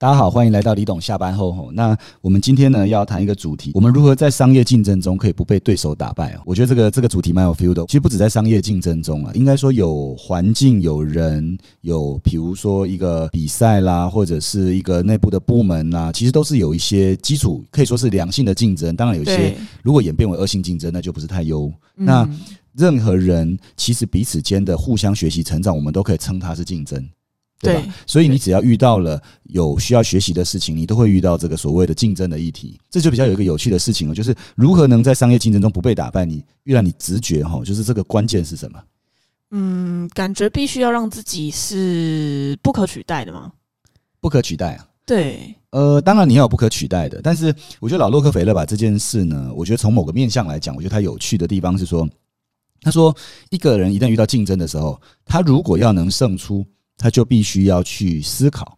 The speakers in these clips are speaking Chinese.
大家好，欢迎来到李董下班后吼。那我们今天呢要谈一个主题，我们如何在商业竞争中可以不被对手打败哦。我觉得这个这个主题蛮有 feel 的。其实不止在商业竞争中啊，应该说有环境、有人、有比如说一个比赛啦，或者是一个内部的部门啦，其实都是有一些基础，可以说是良性的竞争。当然有一些对，如果演变为恶性竞争，那就不是太优。那嗯任何人其实彼此间的互相学习成长，我们都可以称它是竞争，对吧？对所以你只要遇到了有需要学习的事情，你都会遇到这个所谓的竞争的议题。这就比较有一个有趣的事情了，哦就是如何能在商业竞争中不被打败。你遇到你直觉哈，就是这个关键是什么？嗯，感觉必须要让自己是不可取代的嘛。不可取代啊。对，呃，当然你要有不可取代的，但是我觉得老洛克菲勒把这件事呢，我觉得从某个面向来讲，我觉得他有趣的地方是说，他说一个人一旦遇到竞争的时候，他如果要能胜出，他就必须要去思考，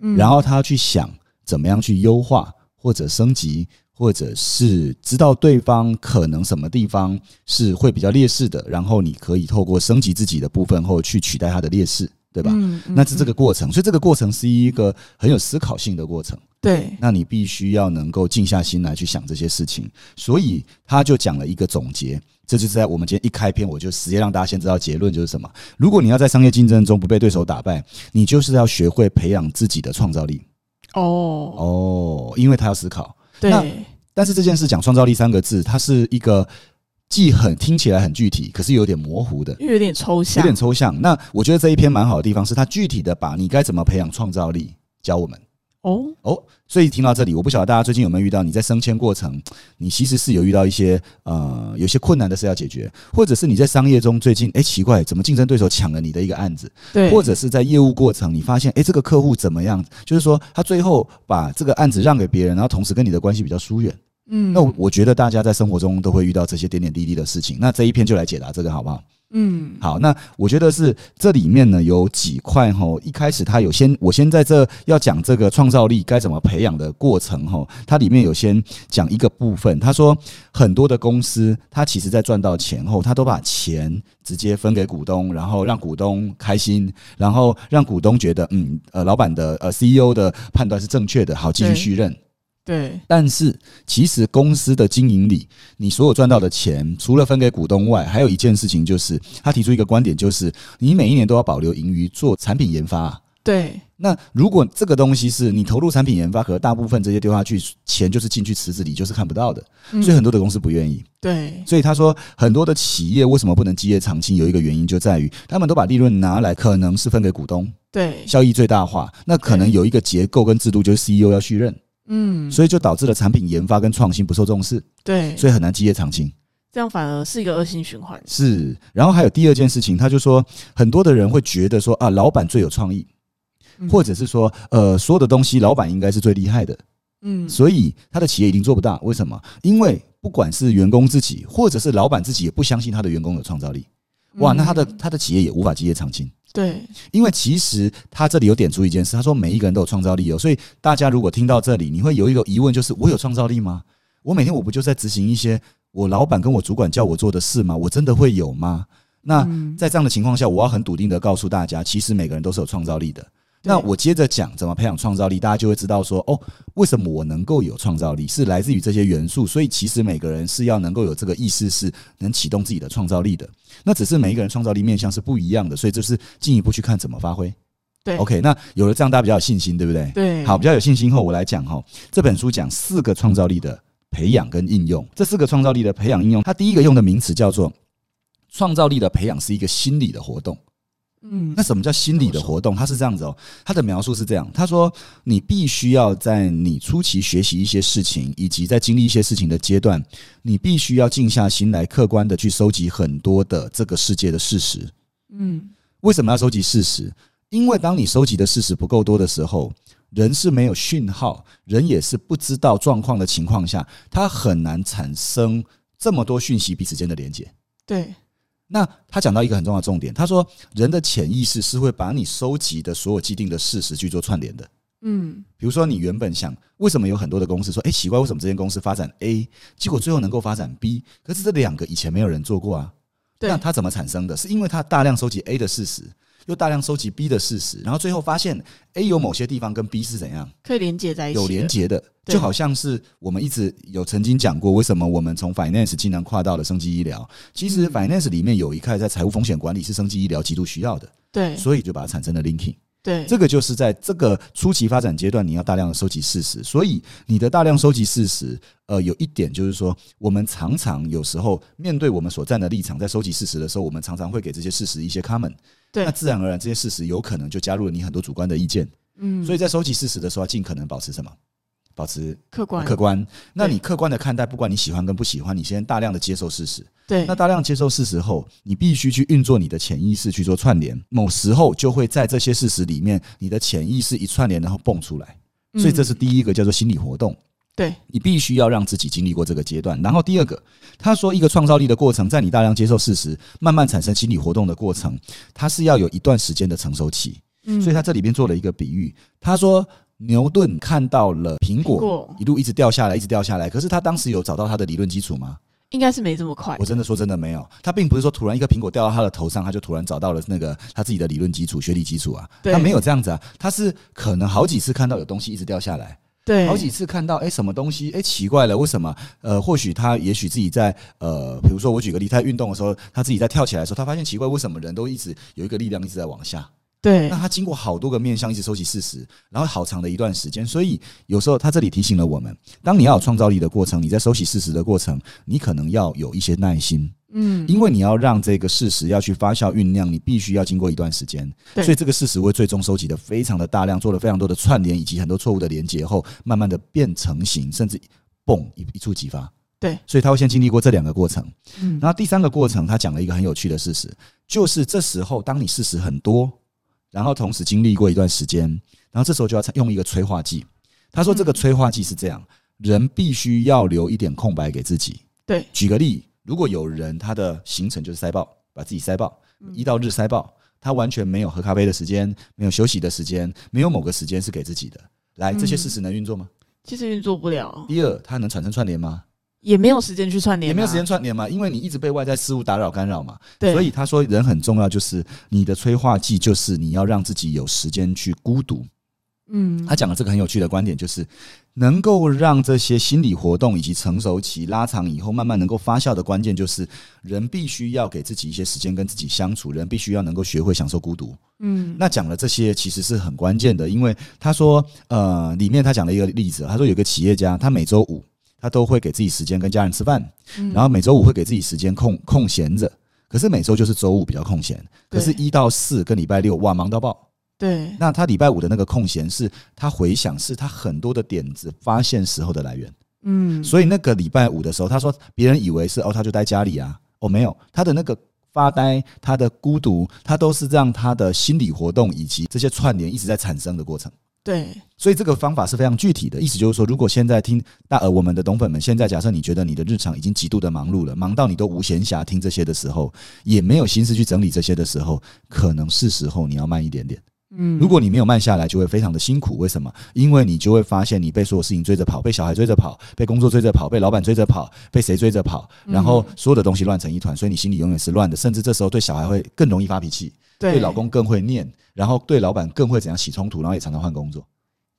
嗯然后他要去想怎么样去优化或者升级，或者是知道对方可能什么地方是会比较劣势的，然后你可以透过升级自己的部分后去取代他的劣势，对吧？嗯，嗯那是这嗯个过程，所以这个过程是一个很有思考性的过程。对，那你必须要能够静下心来去想这些事情。所以他就讲了一个总结，这就是在我们今天一开篇，我就直接让大家先知道结论就是什么。如果你要在商业竞争中不被对手打败，你就是要学会培养自己的创造力哦，哦，因为他要思考。那对，但是这件事讲创造力三个字，它是一个既很听起来很具体，可是有点模糊的。因为有点抽有象，点抽象，那我觉得这一篇蛮好的地方是，它具体的把你该怎么培养创造力教我们。哦，哦，所以听到这里，我不晓得大家最近有没有遇到，你在升迁过程，你其实是有遇到一些呃，有一些困难的事要解决，或者是你在商业中最近，哎，奇怪，怎么竞争对手抢了你的一个案子，对，或者是在业务过程，你发现，哎，这个客户怎么样？就是说，他最后把这个案子让给别人，然后同时跟你的关系比较疏远。嗯，那我我觉得大家在生活中都会遇到这些点点滴滴的事情，那这一篇就来解答这个好不好？嗯，好，那我觉得是这里面呢有几块哈，一开始它有先，我先在这要讲这个创造力该怎么培养的过程哈，它里面有先讲一个部分，他说很多的公司，它其实在赚到钱后，它都把钱直接分给股东，然后让股东开心，然后让股东觉得嗯呃老板的呃 CEO 的判断是正确的，好继续对续任。对，但是，其实公司的经营里，你所有赚到的钱，除了分给股东外，还有一件事情就是，他提出一个观点，就是你每一年都要保留盈余做产品研发、啊。对，那如果这个东西是你投入产品研发，可是大部分这些丢下去钱就是进去池子里，就是看不到的，嗯所以很多的公司不愿意。对，所以他说，很多的企业为什么不能基业长青，有一个原因就在于他们都把利润拿来，可能是分给股东，对，效益最大化。那可能嗯对有一个结构跟制度，就是 CEO 要续任。嗯，所以就导致了产品研发跟创新不受重视，对，所以很难基业长青。这样反而是一个恶性循环，是，然后还有第二件事情，他就说很多的人会觉得说啊，老板最有创意，嗯或者是说呃，所有的东西老板应该是最厉害的，嗯，所以他的企业一定做不大。为什么？因为不管是员工自己，或者是老板自己，也不相信他的员工有创造力。哇，嗯那他的他的企业也无法基业长青。对，因为其实他这里有点出一件事，他说每一个人都有创造力哦，所以大家如果听到这里，你会有一个疑问，就是我有创造力吗？我每天我不就在执行一些我老板跟我主管叫我做的事吗？我真的会有吗？那嗯啊在这样的情况下，我要很笃定的告诉大家，其实每个人都是有创造力的。那对我接着讲怎么培养创造力，大家就会知道说，哦，为什么我能够有创造力，是来自于这些元素。所以其实每个人是要能够有这个意识，是能启动自己的创造力的。那只是每一个人创造力面向是不一样的，所以就是进一步去看怎么发挥。对 OK，那有了这样，大家比较有信心，对不对？对，好，比较有信心后，我来讲哈，这本书讲四个创造力的培养跟应用。这四个创造力的培养应用，它第一个用的名词叫做创造力的培养是一个心理的活动。嗯，那什么叫心理的活动？它是这样子哦，它的描述是这样，他说你必须要在你初期学习一些事情，以及在经历一些事情的阶段，你必须要静下心来，客观的去收集很多的这个世界的事实。嗯，为什么要收集事实？因为当你收集的事实不够多的时候，人是没有讯号，人也是不知道状况的情况下，他很难产生这么多讯息彼此间的连接。对，那他讲到一个很重要的重点，他说人的潜意识是会把你收集的所有既定的事实去做串联的。嗯，比如说，你原本想为什么有很多的公司说，哎，奇怪，为什么这间公司发展 A，结果最后能够发展 B？可是这两个以前没有人做过啊，对那，它怎么产生的？是因为它大量收集 A 的事实，又大量收集 B 的事实，然后最后发现 A 有某些地方跟 B 是怎样可以连接在一起，有连，结的，对就好像是我们一直有曾经讲过，为什么我们从 finance 竟然跨到了生机医疗？其实嗯 finance 里面有一块在财务风险管理是生机医疗极度需要的，对所以就把它产生了 linking。对，这个就是在这个初期发展阶段，你要大量的收集事实，所以你的大量收集事实，呃，有一点就是说，我们常常有时候面对我们所站的立场，在收集事实的时候，我们常常会给这些事实一些 comment，对那自然而然这些事实有可能就加入了你很多主观的意见，嗯，所以在收集事实的时候，要尽可能保持什么？保持客观客观，那你客观的看待，不管你喜欢跟不喜欢，你先大量的接受事实，对那大量接受事实后，你必须去运作你的潜意识去做串联，某时候就会在这些事实里面，你的潜意识一串联，然后蹦出来。所以这是嗯第一个叫做心理活动，对你必须要让自己经历过这个阶段。然后第二个，他说一个创造力的过程，在你大量接受事实，慢慢产生心理活动的过程，它是要有一段时间的成熟期。嗯所以他这里边做了一个比喻，他说牛顿看到了苹苹果。果一路一直掉下来，一直掉下来。可是他当时有找到他的理论基础吗？应该是没这么快我，真的说真的没有，他并不是说突然一个苹果掉到他的头上，他就突然找到了那个他自己的理论基础、学理基础啊，对他没有这样子啊，他是可能好几次看到有东西一直掉下来，对，好几次看到哎、诶什么东西哎、诶奇怪了，为什么？呃，或许他也许自己在呃，比如说我举个例，他在运动的时候，他自己在跳起来的时候，他发现奇怪，为什么人都一直有一个力量一直在往下？对那他经过好多个面向，一直收集事实，然后好长的一段时间，所以有时候他这里提醒了我们，当你要有创造力的过程，你在收集事实的过程，你可能要有一些耐心。嗯因为你要让这个事实要去发酵酝酿，你必须要经过一段时间，对所以这个事实会最终收集的非常的大量，做了非常多的串联以及很多错误的连接后，慢慢的变成型，甚至蹦一一触即发。对，所以他会先经历过这两个过程，嗯然后第三个过程，他讲了一个很有趣的事实，就是这时候当你事实很多，然后同时经历过一段时间，然后这时候就要用一个催化剂。他说这嗯个催化剂是这样，人必须要留一点空白给自己。对，举个例，如果有人他的行程就是塞爆，把自己塞爆，嗯一到日塞爆，他完全没有喝咖啡的时间，没有休息的时间，没有某个时间是给自己的。来，这些嗯事实能运作吗？其实运作不了，第二，它能产生串联吗？也没有时间去串联啊，也没有时间串联嘛，因为你一直被外在事物打扰干扰嘛。对，所以他说人很重要，就是你的催化剂，就是你要让自己有时间去孤独。嗯他讲了这个很有趣的观点，就是能够让这些心理活动以及成熟期拉长以后，慢慢能够发酵的关键，就是人必须要给自己一些时间跟自己相处，人必须要能够学会享受孤独。嗯那讲了这些其实是很关键的，因为他说，呃，里面他讲了一个例子，他说有个企业家，他每周五他都会给自己时间跟家人吃饭，嗯然后每周五会给自己时间空空闲着，可是每周就是周五比较空闲，可对是一到四跟礼拜六哇忙到爆。对那他礼拜五的那个空闲是他回想是他很多的点子发现时候的来源，嗯所以那个礼拜五的时候，他说别人以为是哦他就待家里啊，哦没有，他的那个发呆、他的孤独，他都是让他的心理活动以及这些串联一直在产生的过程。对所以这个方法是非常具体的，意思就是说，如果现在听大呃我们的懂粉们，现在假设你觉得你的日常已经极度的忙碌了，忙到你都无闲暇听这些的时候，也没有心思去整理这些的时候，可能是时候你要慢一点点。嗯如果你没有慢下来，就会非常的辛苦。为什么？因为你就会发现你被所有事情追着跑，被小孩追着跑，被工作追着跑，被老板追着跑，被谁追着跑，嗯然后所有的东西乱成一团，所以你心里永远是乱的，甚至这时候对小孩会更容易发脾气，对对老公更会念，然后对老板更会怎样起冲突，然后也常常换工作。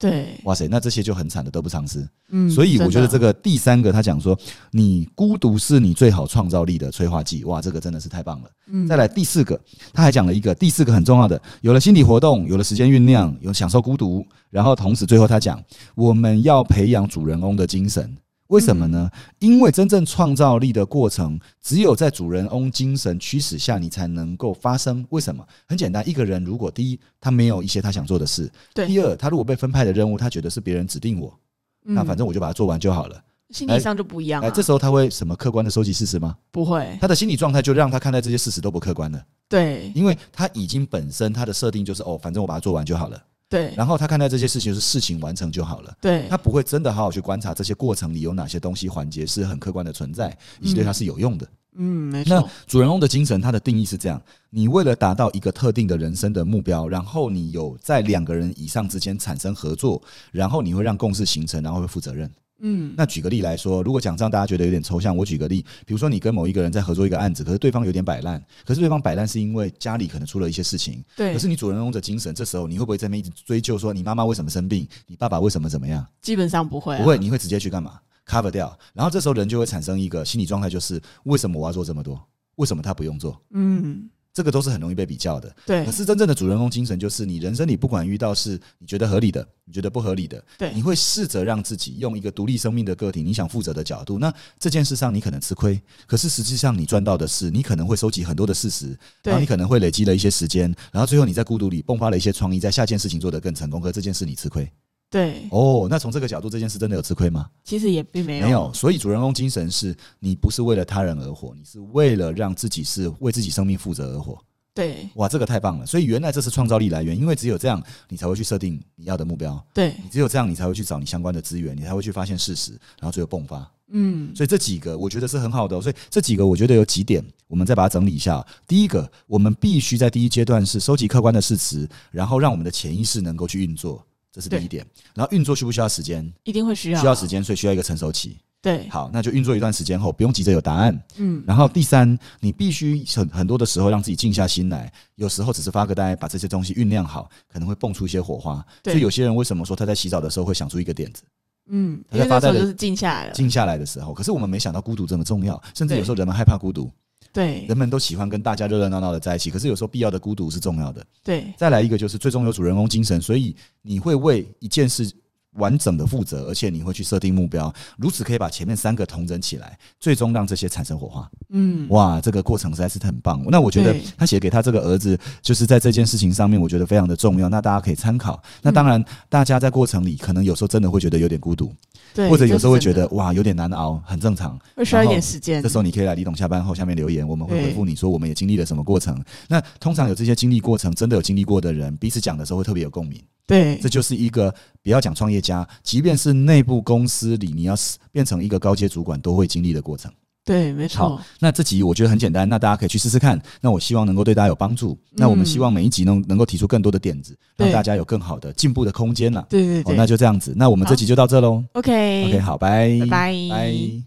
对哇塞，那这些就很惨的，得不偿失。嗯，所以我觉得这个个第三个，他讲说，你孤独是你最好创造力的催化剂。哇，这个真的是太棒了。嗯再来第四个，他还讲了一个，第四个很重要的，有了心理活动，有了时间酝酿，有享受孤独，然后同时最后他讲，我们要培养主人翁的精神。为什么呢？因为真正创造力的过程，只有在主人翁精神驱使下，你才能够发生。为什么？很简单，一个人如果第一，他没有一些他想做的事；对第二，他如果被分派的任务，他觉得是别人指定我，那反正正我就把它做完就好了。嗯心理上就不一样哎，啊，这时候他会什么客观的收集事实吗？不会他的心理状态就让他看待这些事实都不客观了，对因为他已经本身他的设定就是哦，反正我把它做完就好了。对然后他看待这些事情就是事情完成就好了。对他不会真的好好去观察这些过程里有哪些东西环节是很客观的存在，以及对他是有用的。嗯没那错主人翁的精神，它的定义是这样：你为了达到一个特定的人生的目标，然后你有在两个人以上之间产生合作，然后你会让共识形成，然后会负责任。嗯，那举个例来说，如果讲这样大家觉得有点抽象，我举个例，比如说你跟某一个人在合作一个案子，可是对方有点摆烂，可是对方摆烂是因为家里可能出了一些事情，对可，是你主人翁的精神，这时候你会不会在那边一直追究说你妈妈为什么生病，你爸爸为什么怎么样？基本上不会、啊，不会，你会直接去干嘛？cover 掉，然后这时候人就会产生一个心理状态，就是为什么我要做这么多？为什么他不用做？嗯，这个都是很容易被比较的。对可，是真正的主人公精神就是，你人生里不管遇到是你觉得合理的，你觉得不合理的，对你会试着让自己用一个独立生命的个体，你想负责的角度。那这件事上你可能吃亏，可是实际上你赚到的是，你可能会收集很多的事实，然后你对，可能会累积了一些时间，然后最后你在孤独里迸发了一些创意，在下件事情做得更成功。可这件事你吃亏对，哦，那从这个角度，这件事真的有吃亏吗？其实也并没有，没有。所以主人公精神是你不是为了他人而活，你是为了让自己是为自己生命负责而活。对，哇，这个太棒了！所以原来这是创造力来源，因为只有这样，你才会去设定你要的目标，对，你只有这样，你才会去找你相关的资源，你才会去发现事实，然后最后迸发。嗯，所以这几个我觉得是很好的哦、所以这几个我觉得有几点，我们再把它整理一下哦。第一个，我们必须在第一阶段是收集客观的事实，然后让我们的潜意识能够去运作，这是第一点。然后运作需不需要时间？一定会需要，啊需要时，间，所以需要一个成熟期。对，好，那就运作一段时间后，不用急着有答案。嗯，然后第三，你必须很很多的时候让自己静下心来，有时候只是发个呆，把这些东西酝酿好，可能会蹦出一些火花。对所以有些人为什么说他在洗澡的时候会想出一个点子，嗯，他因在为发那时呆候的就是静下来了，静下来的时候，可是我们没想到孤独这么重要，甚至对有时候人们害怕孤独，对，人们都喜欢跟大家热热闹闹的在一起，可是有时候必要的孤独是重要的。对，再来一个就是最终有主人公精神，所以你会为一件事完整的负责，而且你会去设定目标，如此可以把前面三个同整起来，最终让这些产生火花。嗯，哇，这个过程实在是很棒。那我觉得对他写给他这个儿子，就是在这件事情上面，我觉得非常的重要。那大家可以参考。那当然，大家在过程里可能有时候真的会觉得有点孤独，对，或者有时候会觉这是得哇有点难熬，很正常。真的会需要一点时间，这时候你可以来李董下班后下面留言，我们会对回复你说我们也经历了什么过程。那通常有这些经历过程，真的有经历过的人，彼此讲的时候会特别有共鸣。对这，就是一个不要讲创业家，即便是内部公司里，你要是变成一个高阶主管，都会经历的过程。对，没错好，那这集我觉得很简单，那大家可以去试试看。那我希望能够对大家有帮助。那我们希望每一集能能够提出更多的点子，让嗯对大家有更好的进步的空间啦。对对哦对，，那就这样子，那我们这集就到这喽。 OK， OK，好，拜拜拜拜。